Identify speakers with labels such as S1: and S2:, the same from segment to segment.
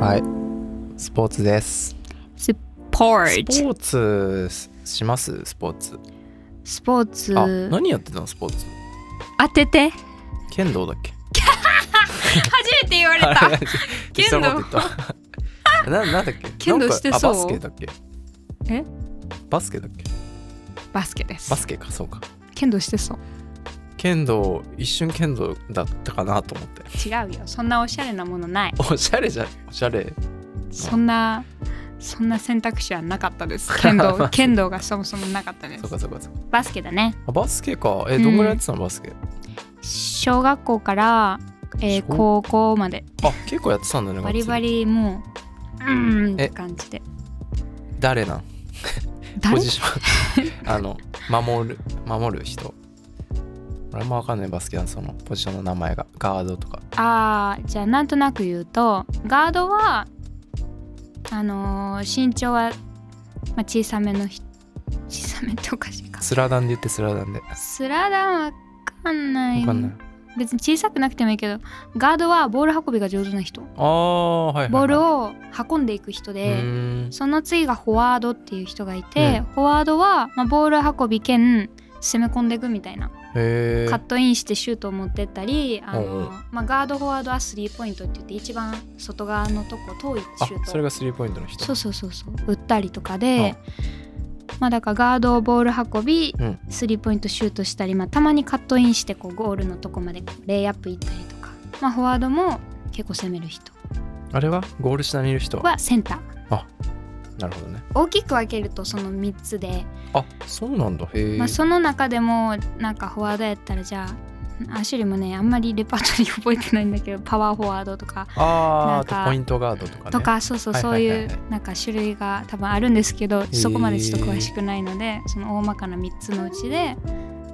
S1: はいスポーツです
S2: スポ
S1: ス
S2: ーツ
S1: ポーツしますスポーツ
S2: スポーツ
S1: あ何やってたのスポーツ
S2: 当てて
S1: 剣道だ っけ
S2: 初めて言われ
S1: あれ
S2: た
S1: 適当 なこと言ったななんだっけ
S2: 剣道してそう
S1: なんかあバスケだっけ
S2: え
S1: バスケだっけ
S2: バスケです
S1: バスケかそうか
S2: 剣道してそう
S1: 剣道一瞬剣道だったかなと思って
S2: 違うよそんなおしゃれなものない
S1: おしゃれじゃおしゃれ
S2: そんなそんな選択肢はなかったです 剣道剣道がそもそもなかったです
S1: そうかそうかそうか
S2: バスケだね
S1: あバスケかえ
S2: うん
S1: どんぐらいやってたのバスケ、
S2: 小学校から、えー
S1: 小
S2: 高校まで
S1: あ結構やってたんだね
S2: バリバ
S1: がっ
S2: リもううんっ
S1: え
S2: て感じで
S1: つり誰なんポ
S2: 誰
S1: ジション あの守る守る人俺もわかんないバスケのそのポジションの名前がガードとか
S2: あーじゃあなんとなく言うとガードはあのー身長は、まあ、小さめの人 小さめっておかしいか
S1: スラダンで言ってスラダンでわ
S2: スラダンわかんない
S1: かんない
S2: 別に小さくなくてもいいけどガードはボール運びが上手な人
S1: あーはいはい、はい、
S2: ボールを運んでいく人
S1: う
S2: で、
S1: ーん
S2: その次がフォワードっていう人がいて、フォワードは、まあ、ボール運び兼攻め込んでいくみたいな
S1: へえ
S2: カットインしてシュートを持ってったりあの、
S1: おうおう
S2: まあ、ガードフォワードはスリーポイントって言って一番外側のとこ遠い
S1: あ
S2: シュート
S1: それがスリーポイントの人
S2: そうそうそうそう打ったりとかで、まあ、だからガードボール運び、
S1: うん
S2: スリーポイントシュートしたり、まあ、たまにカットインしてこうゴールのとこまでレイアップ行ったりとか、まあ、フォワードも結構攻める人
S1: あれはゴール下にいる人は
S2: はセンター
S1: なるほどね
S2: 大きく分けるとその3つで、
S1: あそうなんだへえ、
S2: まあ、その中でもなんかフォワードやったらじゃあアシュリーもねあんまりレパートリー覚えてないんだけどパワーフォワードとか
S1: あー
S2: なんか
S1: あとポイントガードとかね
S2: とかそうそう
S1: はい
S2: そ
S1: は
S2: う
S1: いはいはい
S2: いうなんか種類が多分あるんですけどそこまでちょっと詳しくないのでその大まかな3つのうちで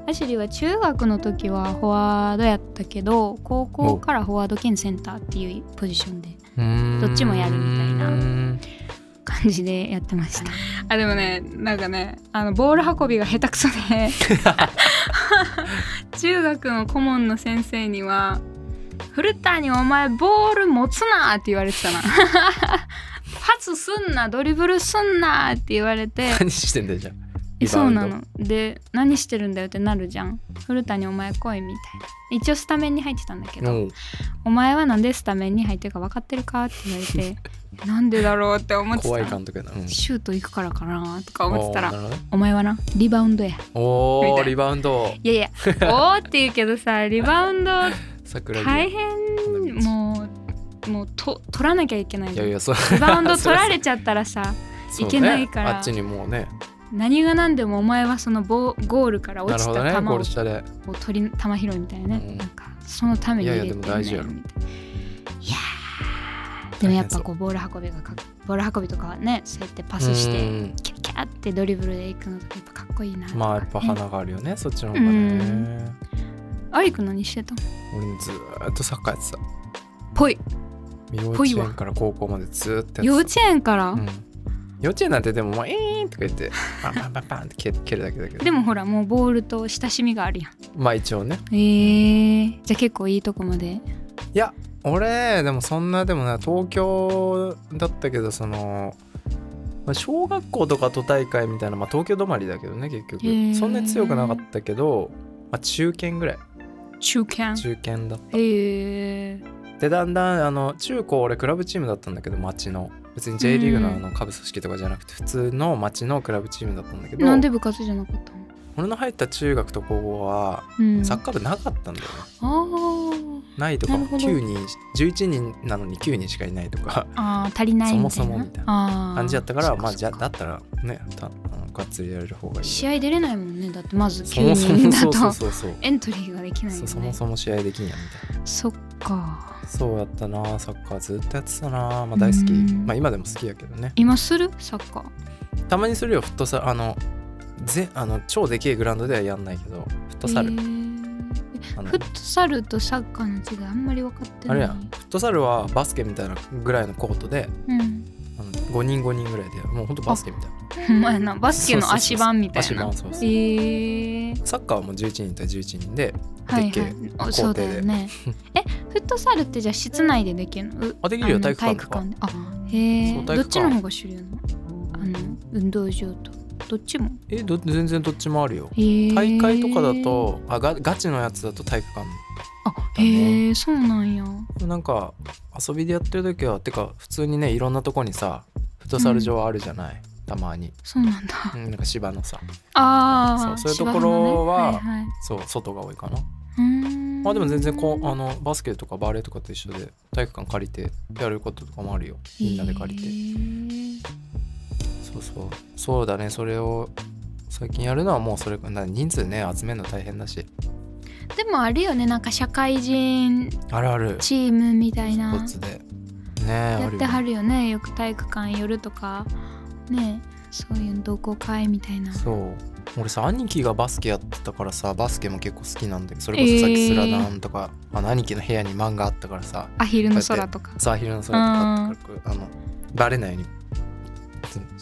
S2: アシュリーは中学の時はフォワードやったけど高校からフォワード兼センターっていうポジションで
S1: うーん
S2: どっちもやるみたいな
S1: うーん
S2: 感じでやってましたあでもねなんかねあのボール運びが下手くそで 中学の顧問の先生には「古谷お前ボール持つな!」って言われてた なパスすんなドリブルすんなって言われ て
S1: 何してんだよじゃあ
S2: え
S1: リ
S2: そ
S1: バウ
S2: う
S1: ンド
S2: なので何してるんだよってなるじゃん古谷お前来いみたいな一応スタメンに入ってたんだけど、
S1: うん
S2: お前はなんでスタメンに入ってるか分かってるかって言わ れてなんでだろうって思ってた
S1: 怖い監督やな、うん
S2: シュート行くからかなとか思ってた
S1: おー
S2: ら
S1: なるほどね
S2: 「お前はなリバウンドや」み
S1: お
S2: た
S1: ー
S2: いな
S1: リバウンド
S2: いやいや「 おー」って言うけどさリバウ ンド
S1: 桜木
S2: 大変もうもうと取らなきゃいけない
S1: い
S2: じ
S1: や
S2: ゃ
S1: い
S2: んリ
S1: やそう
S2: バウンド取られちゃった らさ
S1: そう
S2: いけないから
S1: ね、あっちにもうね
S2: 何が何でもお前はそのボゴールから落
S1: なる
S2: ち
S1: ほ
S2: た
S1: どね
S2: 球
S1: ゴー
S2: を
S1: ル下で
S2: こう取り球拾いみたいなね、
S1: うん
S2: なんかそのために入れてんだよ
S1: いやいやでも大事やろ
S2: みたいないやーでもやっぱこうボール運びがかっボール運びとかはねそうやってパスし
S1: う
S2: て
S1: ん
S2: キャッキャッってドリブルで行くのとかやっぱかっこいいなとかね
S1: まあやっぱ花があるよねそっちの方がね、
S2: うんアリク何してたの
S1: 俺ねずーっとサッカーやってた
S2: ぽい
S1: 幼
S2: ぽ
S1: 稚
S2: いわ
S1: 園から高校までずーっと
S2: 幼
S1: やって
S2: 稚園から、
S1: た、うん、幼稚園なんてでももうえーんとか言ってパンパンパンパンって蹴蹴るだけだけど
S2: でもほらもうボールと親しみがあるやん
S1: まあ一応ね
S2: えー、じゃあ結構いいとこまで
S1: いや俺でもそんなでもな東京だったけどそのまあ小学校とか都大会みたいな、まあ、東京止まりだけどね結局
S2: へー
S1: そんなに強くなかったけど、まあ、中堅ぐらい
S2: 中堅
S1: 中堅だっ
S2: えー、
S1: たでだんだんあの中高俺クラブチームだったんだけど町の別に J リーグのあの下部組織とかじゃなくて普通の町のクラブチームだったんだけど
S2: なんで部活じゃなかったの
S1: 俺の入った中学と高校は
S2: うん
S1: サッ
S2: あ
S1: カー部なかったんだよね、
S2: ー
S1: ないとか
S2: なるほど
S1: 9人11人なのに9人しかいないとか
S2: あー足りないみたいな
S1: そもそもみたい
S2: な
S1: 感じやったからまあじゃあだったらねたあのがっつりやれる方がいい
S2: 試合出れないもんねだってまず
S1: そも
S2: 9
S1: そ
S2: 人
S1: も
S2: だ
S1: そうそうそ
S2: と
S1: うそう
S2: エントリーができないよ
S1: そ
S2: ね
S1: うそもそも試合できんやみたい
S2: そっか
S1: なそうやったなサッカーずっとやってたなまあ大好き
S2: うん
S1: まあ今でも好きやけどね
S2: 今するサッカー
S1: たまにするよフットサルあのぜあの超でけえグラウンドではやんないけどフットサル、
S2: えー
S1: あの
S2: フットサルとサッカーの違いあんまり分かってない
S1: あれやんフットサルはバスケみたいなぐらいのコートで
S2: うん
S1: あの5人5人ぐらいでもうほんとバスケみたいな
S2: ほんまやなバスケの足盤みたいな
S1: 足盤そうそう
S2: えー、
S1: サッカーはもう11人対11人で
S2: はい
S1: でっけえ
S2: はいあそうだよねえフットサルってじゃあ室内でできるのう
S1: あできるよ
S2: あの
S1: 体育館とか
S2: であへ
S1: そ
S2: え
S1: う体育館
S2: どっちの方が主流なのあの運動場とどっちも
S1: えど全然どっちもあるよ
S2: へー
S1: 大会とかだとあがガチのやつだと体育
S2: あ
S1: だね
S2: へえそうなんや
S1: 館なんか遊びでやってる時はてか普通にねいろんなとこにさフットサル場あるじゃない、たまに、
S2: そうなんだ
S1: うんなんか芝のさ
S2: ああ
S1: そうそういうところは
S2: 芝生のねはいはい
S1: そう外が多いかな
S2: うーん
S1: まあでも全然こうあのバスケとかバレーとかと一緒で体育館借りてやることとかもあるよみんなで借りて、
S2: へー
S1: そうそうそうだねそれを最近やるのはもうそれな人数ね集めるの大変だし
S2: でもあるよねなんか社会人
S1: あるある
S2: チームみたい
S1: スポー
S2: な
S1: ツでねあ
S2: やっ
S1: る
S2: て
S1: よ
S2: は
S1: ね
S2: るよねよく体育館寄るとかねそういう同好会みたいな
S1: そう俺さ兄貴がバスケやってたからさバスケも結構好きなんだけどそれこそさっきスラダンとか、あの兄貴の部屋に漫画あったからさ
S2: アヒルの空とか
S1: さあ昼の空とかあったからこうあのバレ ないように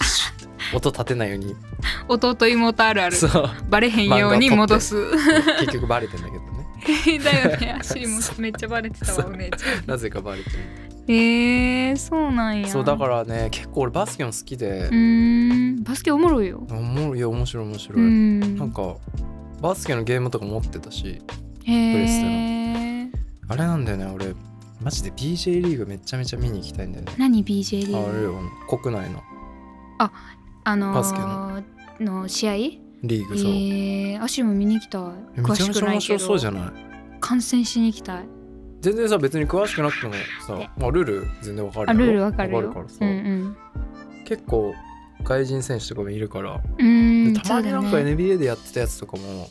S1: シュッ音立てないように
S2: 弟妹あるある
S1: そう
S2: バレへんように
S1: 漫画を撮
S2: 戻
S1: って
S2: す
S1: 結局バレてんだけどね
S2: だよね足もめっちゃバレてた わ
S1: そう
S2: お姉ちゃん
S1: なぜかバレてる
S2: えー、そうなんや
S1: そうだかららね結構俺バスケも好きで
S2: う、ーんバスケおもろいよ
S1: おもろいいや面白い面白
S2: う
S1: い、
S2: ん
S1: なんかバスケのゲームとか持ってたし
S2: へ
S1: プレステ
S2: え
S1: あれなんだよね俺マジで BJ リーグめちゃめちゃ見に行きたいんだよね
S2: 何 BJ リ
S1: ああれ
S2: ーグ
S1: よ国内の
S2: あのー、
S1: バスケ
S2: の試合
S1: リーグそう、
S2: えー、足も見に来たい詳
S1: めちゃ
S2: し
S1: めち
S2: く
S1: ゃ
S2: ない
S1: 面
S2: け
S1: 白そうじ
S2: ど
S1: ゃない
S2: 観戦しに行きたい
S1: 全然さ別に詳しくなくてもさ、まあ、ルール全然わかる
S2: あ
S1: やろ
S2: ルールわかるよ
S1: わからさ、
S2: うん
S1: 結構外人選手とかもいるから、
S2: うんうーん
S1: でたまになんか
S2: そうだね
S1: NBA でやってたやつとかも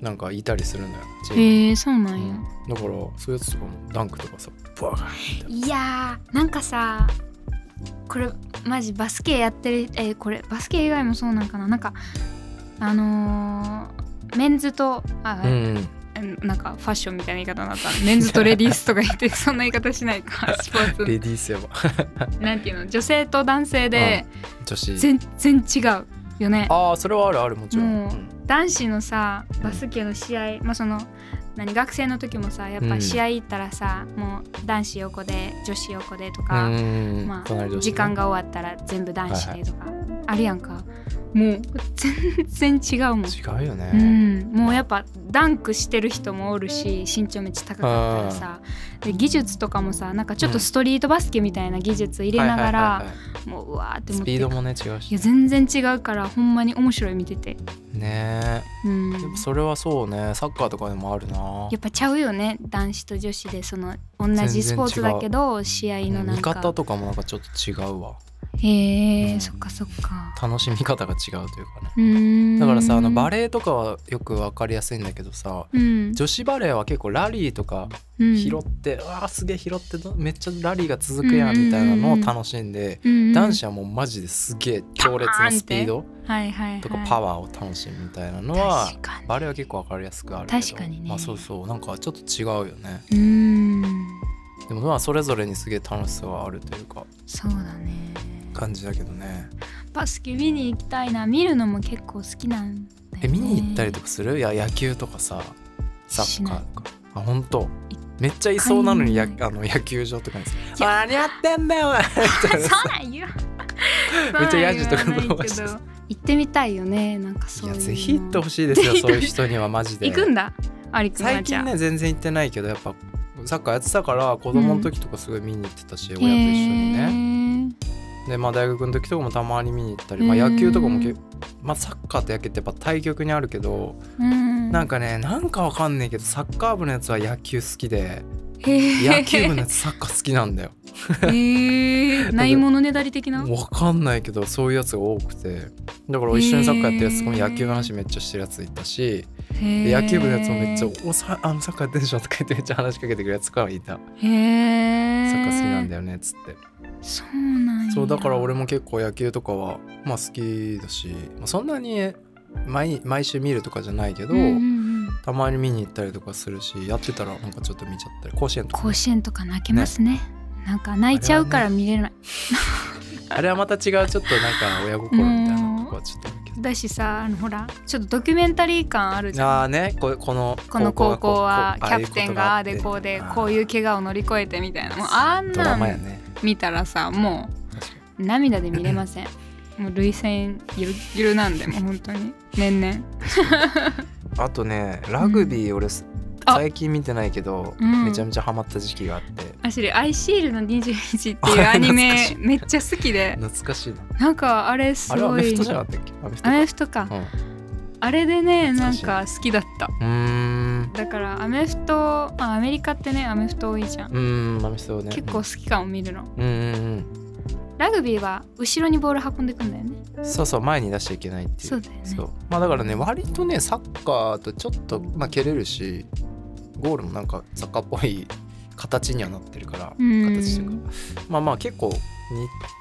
S1: なんかいたりするんだよチームに
S2: へえー、そうなんや、
S1: だからそういうやつとかもダンクとかさバー
S2: いやーなんかさこれマジバスケやってるえーこれバスケ以外もそうなんかななんかあのーメンズとあ、
S1: うん
S2: なんかファッションみたいな言い方になったメンズとレディースとか言って そんな言い方しないかスポー
S1: レデ
S2: ツ
S1: ィースやば
S2: なんていうの女性と男性で
S1: 女子
S2: 全然違うよね
S1: ああそれはあるあるもちろん、
S2: もう男子のさバスケの試合、まあ、その何学生の時もさやっ
S1: う
S2: ぱ
S1: ん
S2: 試合行ったらさ、もう男子横で女子横でと
S1: う
S2: か、
S1: んうん
S2: ま
S1: 隣
S2: あ、
S1: 同士ね
S2: 時間が終わったら全部男子でとか、あるやんかもう全然違うもん、
S1: 違うよ
S2: う
S1: ね、
S2: ん、もうやっぱダンクしてる人もおるし身長めっちゃ高かったらさで技術とかもさなんかちょっとストリートバスケみたいな技術入れ
S1: はい
S2: な
S1: はいは
S2: が
S1: いはい
S2: らもううわーって持
S1: ス
S2: っ
S1: ピ
S2: て
S1: ー
S2: いく
S1: ドもね違う
S2: い
S1: し
S2: や全然違うからほんまに面白い見てて、
S1: ね
S2: うん、や
S1: えでもそれはそうねサッカーとかでもあるな
S2: っぱちゃうよね男子と女子でその同
S1: 全然違
S2: じ
S1: う
S2: スポーツだけど試合のなん
S1: 見
S2: か
S1: 方とかもなんかちょっと違うわ
S2: へえ、
S1: うん
S2: そっかそっか
S1: 楽しみ方が違うというかね
S2: うーん
S1: だからさあのバ
S2: レ
S1: レーとかはよく分かりやすいんだけどさ
S2: うん
S1: 女子バレーは結構ラリーとか
S2: うん
S1: 拾って、うわーすげえ拾ってどめっちゃラリーが続くやんみたいなのを楽しんで、
S2: うんうん
S1: 男子はもうマジですげえ強烈なスピード
S2: はいはいはい
S1: とかパワーを楽しむみたいなのは、
S2: 確かに
S1: バレーは結構分かりやすくあるけど
S2: 確かにね
S1: まあ、そうそうなんかちょっと違うよね
S2: うーん
S1: でもまあそれぞれにすげえ楽しさがあるというか
S2: そうだね
S1: 感じだけどね
S2: バスケ見に行きたいな見るのも結構好きなんだよ、ね、
S1: え見に行ったりとかするいや野球とかさサッカーとかあ本当めっちゃいそうなのにや
S2: 一
S1: あの野球場とかにさ「
S2: いや
S1: 何やってんだよ!」みたいなさ
S2: そうなん言わ
S1: めっちゃヤジとか
S2: そうなん言わ
S1: 飛ばして
S2: ないけど行ってみたいよねなんか
S1: い
S2: そうい
S1: や
S2: うの
S1: ぜひ行ってほしいですよ
S2: ぜひ
S1: そういう人にはマジで
S2: 行くんだアリくんは
S1: 最
S2: じゃ
S1: 近
S2: あ、
S1: ね全然行ってないけどやっぱサッカーやってたから子供の時とかすごい見に行ってたし、親と一緒にね
S2: ね
S1: でまあ大学の時とかもたまに見に行ったり、
S2: うん
S1: まあ、野球とかもけ、まあ、サッカーと野球ってやっぱ対局にあるけど、
S2: うん
S1: なんかねなんかわかんないけどサッカー部のやつは野球好きで
S2: 野
S1: 野球 部のやつサッカー好きなんだよ
S2: えー、ないものねだり的 な
S1: わかんないけどそういうやつが多くてだから一緒にサッカーやってるやつとかも野球の話めっちゃしてるやついたし、で
S2: 野
S1: 野球部のやつもめっちゃ「おさあのサッカーやってんでしょ」とか言ってめっちゃ話しかけてくるやつとかはいた、
S2: へえ
S1: サッカー好きなんだ
S2: よ
S1: よねっつって
S2: そうなんや
S1: そうだから俺も結構野球とかはまあ好きだし、まあ、そんなに毎毎週見るとかじゃないけど、
S2: うんうんうん
S1: たまに見に行ったりとかするしやってたらなんかちょっと見ちゃったり甲子園とか
S2: 甲子園とか泣けますねなんか泣いちゃうから見れない、
S1: あれはまた違うちょっとなんか親心みたいなとこはちょっとあるけ
S2: だしさあのほらちょっとドキュメンタリー感あるじゃん
S1: ああねここの
S2: この高
S1: こう
S2: 校はキ
S1: こうああ
S2: ャ
S1: いう
S2: プ
S1: こ
S2: テン
S1: と
S2: がああ
S1: って
S2: でこうで
S1: あー
S2: こういう怪我を乗り越えてみたいなもうあん
S1: ドラ
S2: な
S1: マや
S2: ん
S1: ね
S2: 見たらさも
S1: 確か
S2: う涙で見れ ませんもう涙腺ゆるゆるなんでもう本当に年々
S1: にあとねラグビー俺す
S2: あ
S1: 最近見てないけど、
S2: うん
S1: めちゃめちゃハマった時期があって
S2: あしり「アイシールの21」っていうアニ
S1: 懐か
S2: メ
S1: しい
S2: めっちゃ好きで
S1: 懐かしいな
S2: なんかあれす
S1: あれはア
S2: ご
S1: メ
S2: い
S1: フトじゃなかったっけアメフトか
S2: アメフトか
S1: うん
S2: あれでね
S1: 懐
S2: な
S1: か
S2: ん
S1: しい
S2: か好きだった
S1: うーん
S2: だからアメフト、まあ、アメリカってねアメフト多いじゃん
S1: うーんアメフトね
S2: 結構好きかも見るの
S1: うんうん
S2: ラグビーは後ろにボール運んでくんだよね
S1: うんそうそう前に出しちゃいけないっていう
S2: そうだよね
S1: そうまあだからね割とねサッカーとちょっとまあ蹴れるしゴールもなんかサッカーっぽい 形にはなってるから
S2: うん
S1: 形というかまあまあ結構に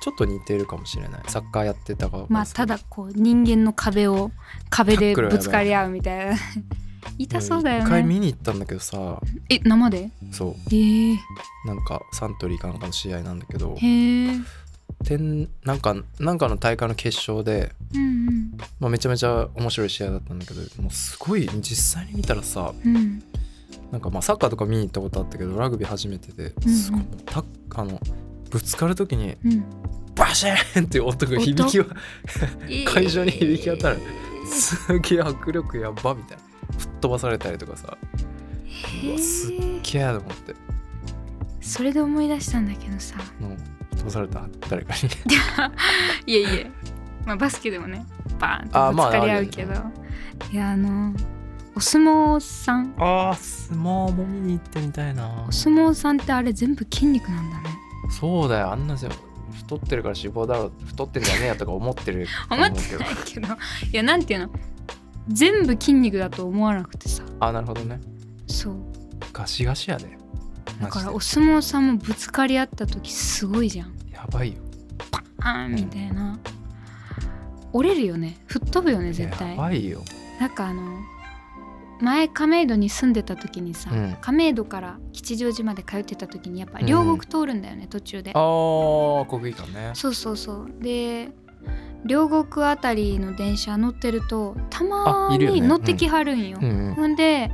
S1: ちょっと似てるかもしれないサッカーやってたか
S2: まあただこう人間の壁を壁でぶつかり合うみたいな 痛そうだ
S1: 一回
S2: よね
S1: 見に行ったんだけどさ
S2: え生で
S1: そ
S2: えー、
S1: うなんかサントリーかなんかの試合なんだけど
S2: へえうん
S1: 天なんかなんかの大会の決勝で、
S2: うん
S1: まあ、めちゃめちゃ面白い試合だったんだけどもうすごい実際に見たらさ
S2: うん
S1: なんかまあサッカーとか見に行ったことあったけどラグビー初めてで
S2: うん
S1: すごいタッあのぶつかる時に
S2: うん
S1: バシーンっていう音が
S2: 音
S1: 響きは会場に響き当たるすげえ迫力やばみたいな吹っ飛ばされたりとかさう
S2: へ
S1: わすっ
S2: え
S1: ケアと思って
S2: それで思い出したんだけどさ
S1: うん吹っ飛ばされた誰かに
S2: いえいえ、まあ、バスケでもねバー
S1: あ
S2: ン
S1: まあ
S2: とぶつかり合うけど、いやあのお相撲さん
S1: ああ相撲も見に行ってみたいな
S2: お相撲さんってあれ全部筋肉なんだね
S1: そうだよあんなせ太ってるから脂肪だろ太ってんじゃねえやとか思ってると
S2: 思
S1: 思
S2: っ
S1: うけ
S2: て
S1: ど
S2: ないけどいやなんていうの全部筋肉だと思わなくてさ
S1: あなるほどね
S2: そう
S1: ガシガシやで
S2: だ
S1: マ
S2: か
S1: ジ
S2: ら
S1: で
S2: お相撲さんもぶつかり合った時すごいじゃん
S1: やばいよ
S2: あーみたいな折れるよね吹っ飛ぶよね絶対
S1: やばいよ
S2: なんかあの前亀戸に住んでた時にさ、
S1: うん
S2: 亀戸から吉祥寺まで通ってた時にやっぱ両国通るんだよね、途中で
S1: ああ国技館ね
S2: そうそうそうで両国あたりの電車乗ってるとたま
S1: あいるよ
S2: に
S1: ね
S2: 乗ってきはるんよ
S1: うん
S2: ほんで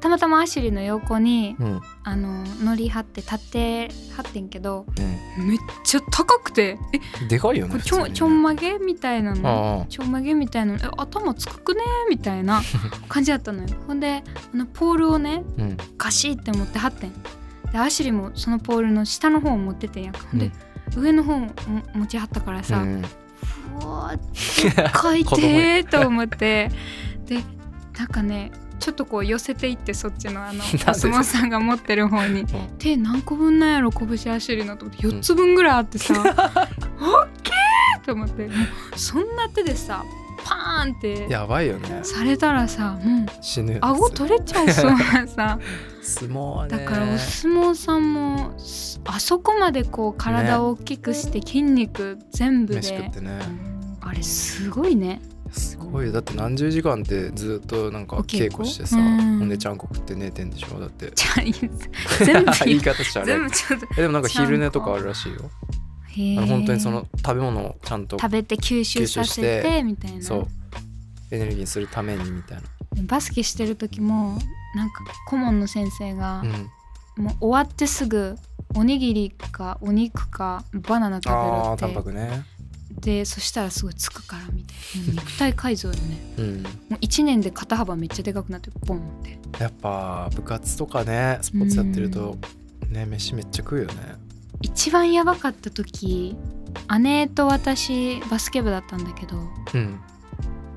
S2: たまたまアシュリーの横に、
S1: うんうん
S2: あの乗り張って立ってはってんけどめっちゃ高くてえ
S1: うんでかいよ
S2: こ
S1: ね
S2: れ
S1: 普
S2: ちょ
S1: 通
S2: ん
S1: に
S2: ちょんまげみたいなの
S1: あ
S2: ちょんまげみたいなのえ頭つくくねみたい な感じだったのよほんであのポールをね
S1: あうん
S2: ガシって持ってはってんでアシュリーもそのポールの下の方を持っててんやんかほんで、上の方も持ちはったからさ、
S1: うん
S2: うわーでっかいてーと思 ってでなんかねちょっとこう寄せていってそっちのあ の
S1: で
S2: お相撲さんが持ってる方に
S1: ん
S2: 手何個分なんやろ拳足りのと思って4つ分ぐらいあ ってさ、おっけーと思ってもうそんな手でさパーンって
S1: やばいよね
S2: されたらさもう
S1: 死ぬ
S2: 顎取れちゃいそうなさ
S1: 相撲はね
S2: だからお相撲さんもあそこまでこう体を大きくして筋肉全部で。
S1: 飯食ってね
S2: あれすご いね。
S1: すごいよだって何十時間ってずっとなんか
S2: お稽
S1: 稽
S2: 古
S1: 古してさ
S2: う
S1: ほ
S2: ん
S1: んでちゃんこ食って寝てんでしょだって
S2: じゃあいい全部
S1: 言い方しちゃう
S2: 全
S1: ね
S2: 部ちょっと。
S1: えでもなんか昼寝とかあるらしいよ
S2: へ
S1: あの
S2: え。
S1: 本当にその食べ物をちゃんと
S2: 食べて吸収させ
S1: 吸収して
S2: みたいな。
S1: そうエネルギーにするためにみたいな
S2: バスケしてる時もなんか顧問の先生が
S1: う、ん
S2: もう終わってすぐおにぎりかお肉かバナナ
S1: あー
S2: 食
S1: タ
S2: べ
S1: ン
S2: る
S1: パ
S2: って
S1: クね
S2: でそしたらすごいつくからみたいなもう肉体改造よね
S1: うん
S2: もう1年で肩幅めっちゃでかくなってボンって
S1: やっぱ部活とかねスポーツやってるとね飯めっちゃ食うよね
S2: 一番やばかった時姉と私バスケ部だったんだけど
S1: うん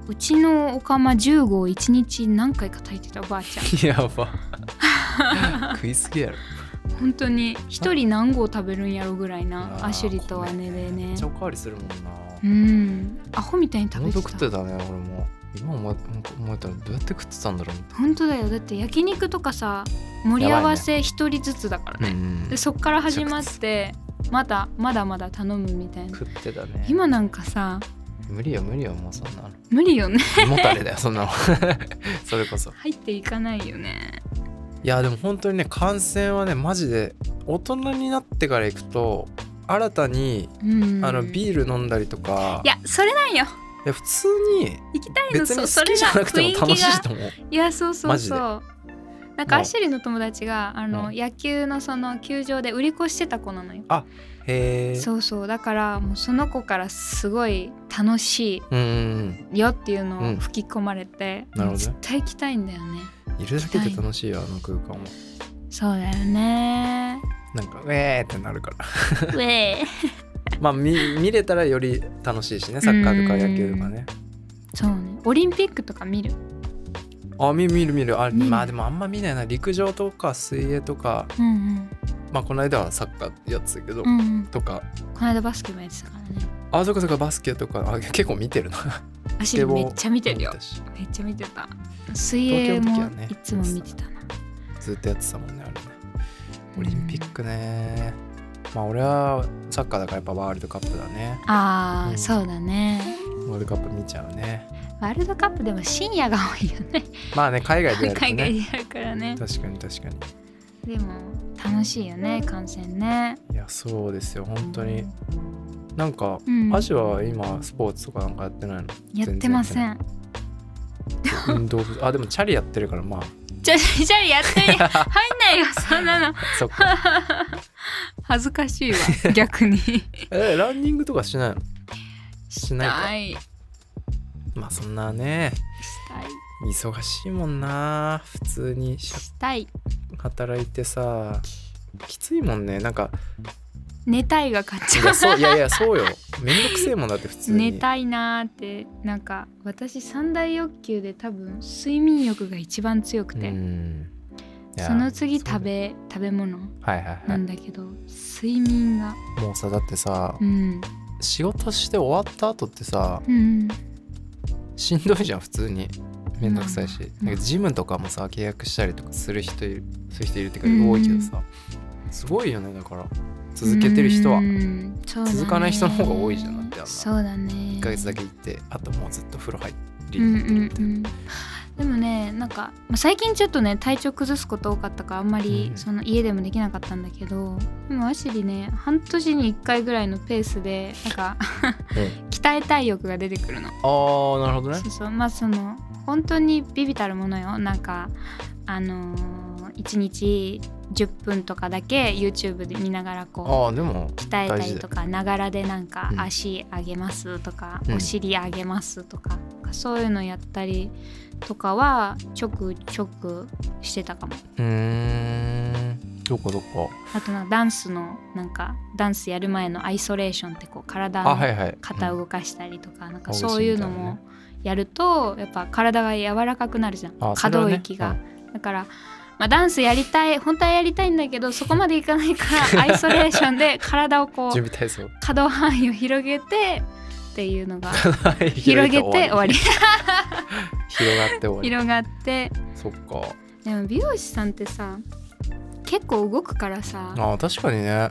S2: うちのおかま10号1日何回か炊いてたおばあちゃん
S1: や ば食いすぎやろ
S2: 本当に一人何合食べるんやろぐらいな
S1: あー
S2: アシュリと姉で
S1: ごめんめ
S2: ね
S1: っちゃおかわりするもんな
S2: うんアホみたいに食
S1: ほ
S2: べ
S1: んと
S2: て
S1: 食ったてたね俺も今思えなんか思えたらどうやって食ってたんだろう
S2: 本当だよだって焼肉とかさ盛り合わせ一人ずつだからね
S1: うん
S2: でそっから始まってまだまだまだ頼むみたいな
S1: 食ってたね
S2: 今なんかさ
S1: 無理よ無理よもうそんな の
S2: 無理よね
S1: 胃もたれだよそんなの それこそ
S2: 入っていかないよね
S1: いやでも本当にね感染はねマジで大人になってから行くと新たに
S2: うん
S1: あのビール飲んだりとか、
S2: いやそれなんよ
S1: や普通に
S2: 行きたいの
S1: 別に
S2: そ
S1: 好
S2: それ
S1: きじ
S2: が
S1: ゃなくて
S2: 雰
S1: も
S2: 囲
S1: 楽
S2: 気
S1: し
S2: が
S1: いと思う
S2: いやそうそう
S1: マジで
S2: そうなん
S1: う
S2: か
S1: ん
S2: アシュリーの友達があの、
S1: うん
S2: 野球のその球場で売り子してた子なのよ
S1: へえう
S2: そうそうだからもうその子からすごい楽し
S1: んうん
S2: いよっていうの
S1: う
S2: を
S1: ん
S2: 吹き込まれて、
S1: なるほどね
S2: 絶対行きたいんだよね
S1: うんいるだけで楽しいよあの空間も
S2: そうだよね
S1: なんかウえーってなるから
S2: ウェー
S1: まあ見見れたらより楽しいしねサッカーとか野球とかね
S2: そうねオリンピックとか見る
S1: あ見る見る見るあ
S2: 見る
S1: まあでもあんま見ないな陸上とか水泳とか
S2: うん
S1: まあこの間はサッカーやってたけど、
S2: うん、うんうん、
S1: とか
S2: この間バスケもやってたからね
S1: あそっかそっかバスケとかあ結構見てるな
S2: アシ
S1: で
S2: ュリー
S1: も
S2: めっちゃ見てるよ
S1: 見たし
S2: めっちゃ見てた水
S1: 東
S2: 泳も
S1: 京の時はね
S2: いつも見てたな、
S1: ずっとやってたもんねあれねオリンピックねまあ俺はサッカーだからやっぱワールドカップだね
S2: ああ、
S1: うん
S2: そうだね
S1: ワールドカップ見ちゃうね
S2: ワールドカップでも深夜が多いよね
S1: まあね海外で やると
S2: 海外
S1: ね
S2: でやるからね
S1: 確かに確かに
S2: でも楽しいよね観戦ね
S1: いやそうですよ本当になんか、
S2: うん
S1: アジは今スポーツとかなんかやってないの
S2: やってません
S1: 運動部 あでもチャリやってるからまあ
S2: じゃじゃやってみ入んないよそんなの
S1: そっ か
S2: 恥ずか しいわ逆に
S1: えランニングとかしないのしないか
S2: したいし
S1: まあそんなね
S2: たい
S1: 忙しいもんな普通にし
S2: したい
S1: 働いてさきついもんねなんか
S2: 寝たいが勝っち
S1: い
S2: ゃ
S1: や
S2: う
S1: そうい やいやそうよめんどくせえもんだって普通に
S2: 寝たいなーってなんか私三大欲求で多分睡眠欲が一番強く
S1: う
S2: て、
S1: んいや
S2: その次
S1: そうだ
S2: 食べ食べ物
S1: はいはい
S2: な
S1: はい、
S2: んだけど、睡眠が
S1: もうさだってさ
S2: うん
S1: 仕事して終わった後ってさ
S2: うん
S1: しんどいじゃん普通にめんどくさいし、
S2: うん
S1: なんかジムとかもさ契約したりとかする人いるそういう人いるって
S2: う
S1: いうんか多いけどさ、すごいよねだから続けてる人は
S2: う
S1: 1
S2: んそうだね
S1: 続かない人の方が多いじゃんだってあんな
S2: そうだね1
S1: ヶ月だけ行ってあともうずっと風呂入り
S2: うんう
S1: に行ってるみ
S2: ん
S1: たいな、
S2: うんでもねなんかまあ最近ちょっとね体調崩すこと多かったからあんまり
S1: うん
S2: その家でもできなかったんだけど、でもアシリね半年に1回ぐらいのペースでなんか 鍛えたい欲が出てくるの。
S1: ああなるほどね
S2: そうそうまあその本当にビビたるものよなんかあのー、1日10分とかだけ YouTube で見ながらこ
S1: ああでも
S2: う鍛えたりとかながらでなんか
S1: うん
S2: 足上げますとか、
S1: うん
S2: お尻上げますとかそういうのやったりとかはちょくちょくしてたかも
S1: うーんどこどこ
S2: あとなんかダンスのなんかダンスやる前のアイソレーションってこう体
S1: あ
S2: の
S1: はいはい
S2: 肩
S1: う
S2: を
S1: ん
S2: 動かしたりとか、なん
S1: ほ
S2: か
S1: ぐし
S2: そういう
S1: みた
S2: の
S1: いなね
S2: もやるとやっぱ体が柔らかくなるじゃん
S1: あ
S2: 可動域
S1: それは
S2: が、
S1: ね
S2: だから、まあ、ダンスやりたい本当はやりたいんだけどそこまでいかないか らアイソレーションで体をこう
S1: 準備体 操
S2: 可動範囲を広げてっていうのが広げて終わり
S1: 広がって終わ
S2: 広がって
S1: りそっか
S2: でも美容師さんってさ結構動くから
S1: あ
S2: さ
S1: ー確かにね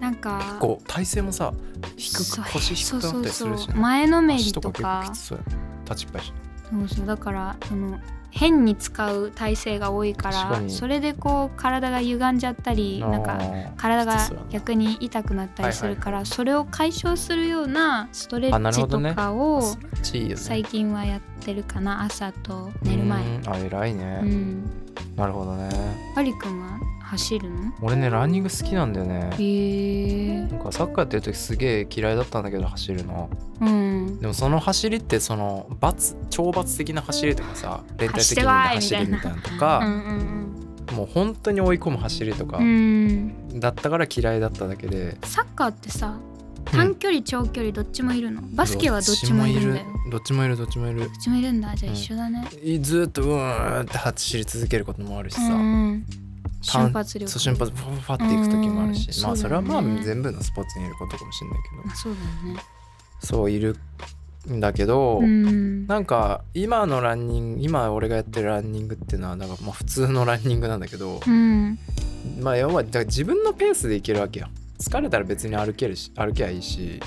S2: なんか
S1: こう体勢もさ低
S2: そう
S1: く腰低くなったりするし
S2: そうそうそう
S1: ね
S2: 前のめり
S1: 足
S2: と
S1: 結構
S2: か
S1: きつそうやな立ちっぱいし
S2: そうそうだからその変に使う体勢が多いか
S1: 確からに
S2: それでこう体が歪んじゃったりな
S1: あ
S2: んか
S1: ー
S2: 体
S1: きつ
S2: が
S1: そうやな
S2: 逆に痛くなったりするから、それを解消するようなストレ
S1: あな
S2: ッ
S1: るほ
S2: チ
S1: ど
S2: と
S1: ね
S2: かを
S1: ストレッチいいよね
S2: 最近はやってるかな朝と寝る前
S1: う。ーんあ偉いうね
S2: ん、
S1: なるほどね
S2: ありくんは走るの
S1: 俺ねランニング好きなんだよね
S2: へえ
S1: なんかサッカーやってる時すげえ嫌いだったんだけど走るの
S2: うん
S1: でもその走りってその罰懲罰的な走りとかさ連帯的
S2: 走ってこ
S1: ない
S2: み
S1: 走
S2: た
S1: り
S2: いな
S1: みたいなのと
S2: うん
S1: か、
S2: うん
S1: もう本当に追い込む走りとか、
S2: うんうん
S1: だったから嫌いだっただけで
S2: サッカーってさ短距離長距離どっちもいるのバスケはどっちもいるんだよ
S1: どっちもいるどっちもいるどっちも
S2: どっちもいるんだじゃあ
S1: うん
S2: 一緒だね、
S1: いるずーっとうーんって走り続けることもあるし
S2: う
S1: さ、
S2: ん、
S1: パン
S2: 瞬発力
S1: そう瞬発ファファファっていく時もあるし、
S2: うん
S1: まあ
S2: そ
S1: そうれ
S2: だ
S1: は
S2: よね
S1: まあ全部のスポーツにいることかもしれないけど
S2: あそうだよね
S1: そういるんだけど、
S2: うん
S1: なんか今のランニング今俺がやってるランニングっていうのはなんかまあ普通のランニングなんだけど、
S2: うん
S1: まあ要はだから自分のペースでいけるわけよ疲れたら別に歩けるし歩きゃいいし、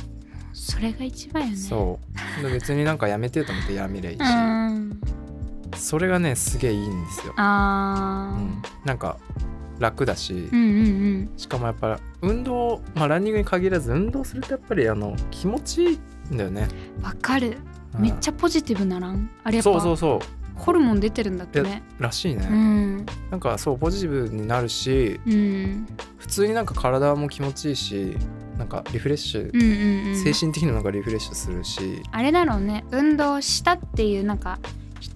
S2: それが一番よね
S1: そうで別になんかやめてえと思ってやめりゃいいし、
S2: うん
S1: それがねすげえいいんですよ、う
S2: あ
S1: ん、なんか楽だし、
S2: ーうんうん
S1: しかもやっぱ運動まあランニングに限らず運動するとやっぱりあの気持ちいいんだよね
S2: うんわかるめっちゃポジティブならんあれやっ
S1: そうそ
S2: ぱ
S1: うそ
S2: ホルモン出てるんだってね
S1: うらしいね、
S2: うん
S1: なんかそうポジティブになるし
S2: うんうん
S1: 普通になんか体も気持ちいいしなんかリフレッシュ、
S2: うんうん
S1: 精神的にもなんかリフレッシュするし
S2: あれだろうね運動したっていうなんか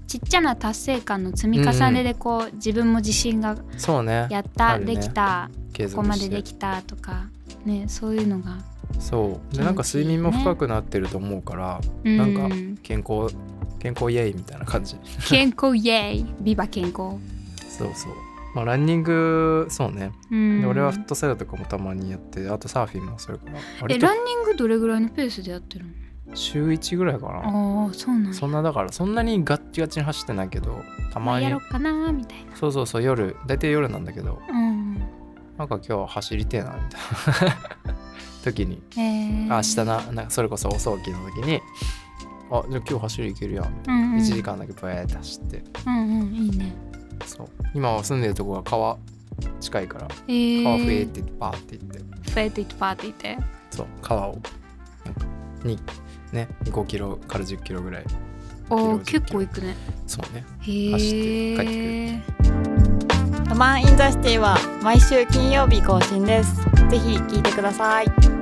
S2: ちっちゃな達成感の積み重ねでこう、自分も自信が
S1: そうね
S2: やった、
S1: あるね
S2: できた
S1: 継
S2: ここま
S1: 続
S2: で
S1: して
S2: できたとかねそういうのが、
S1: そう
S2: 気持ちいいね
S1: でなんか睡眠も深くなってると思うから
S2: う
S1: なんか健康健康イエイみたいな感じ
S2: 健 康イエーイビバ健康
S1: そうそうまあランニングそうね
S2: うん
S1: で俺はフットサルとかもたまにやってあとサーフィンもそれから
S2: え
S1: 割と
S2: ランニングどれぐらいのペースでやってるの
S1: 週1ぐらいかな
S2: ああそうなんや
S1: そんなだからそんなにガッチガチに走ってないけどた
S2: ま
S1: ま
S2: あ
S1: に
S2: やろうかなーみたいな
S1: そうそうそう夜大体夜なんだけど
S2: うん
S1: なんか今日走りてえなみたいな 時に
S2: えー、
S1: あ明日ななんかそれこそお早起きの時にあじゃあ今日走り行けるやんみたい
S2: うんう
S1: なん1時間だけブエーって走って
S2: うんうんいいね
S1: そう今は住んでるとこが川近いから
S2: え
S1: 川増えっ
S2: ー、
S1: てバーって行って
S2: 増えていってパーっていって
S1: そう川をなんかにね5キロから10キロぐらい
S2: おお
S1: 10キロ
S2: 結構いくね
S1: そうね
S2: へ
S1: 走って帰ってく
S2: え
S1: る
S3: ロマンインザシティは毎週金曜日更新です。ぜひ聞いてください。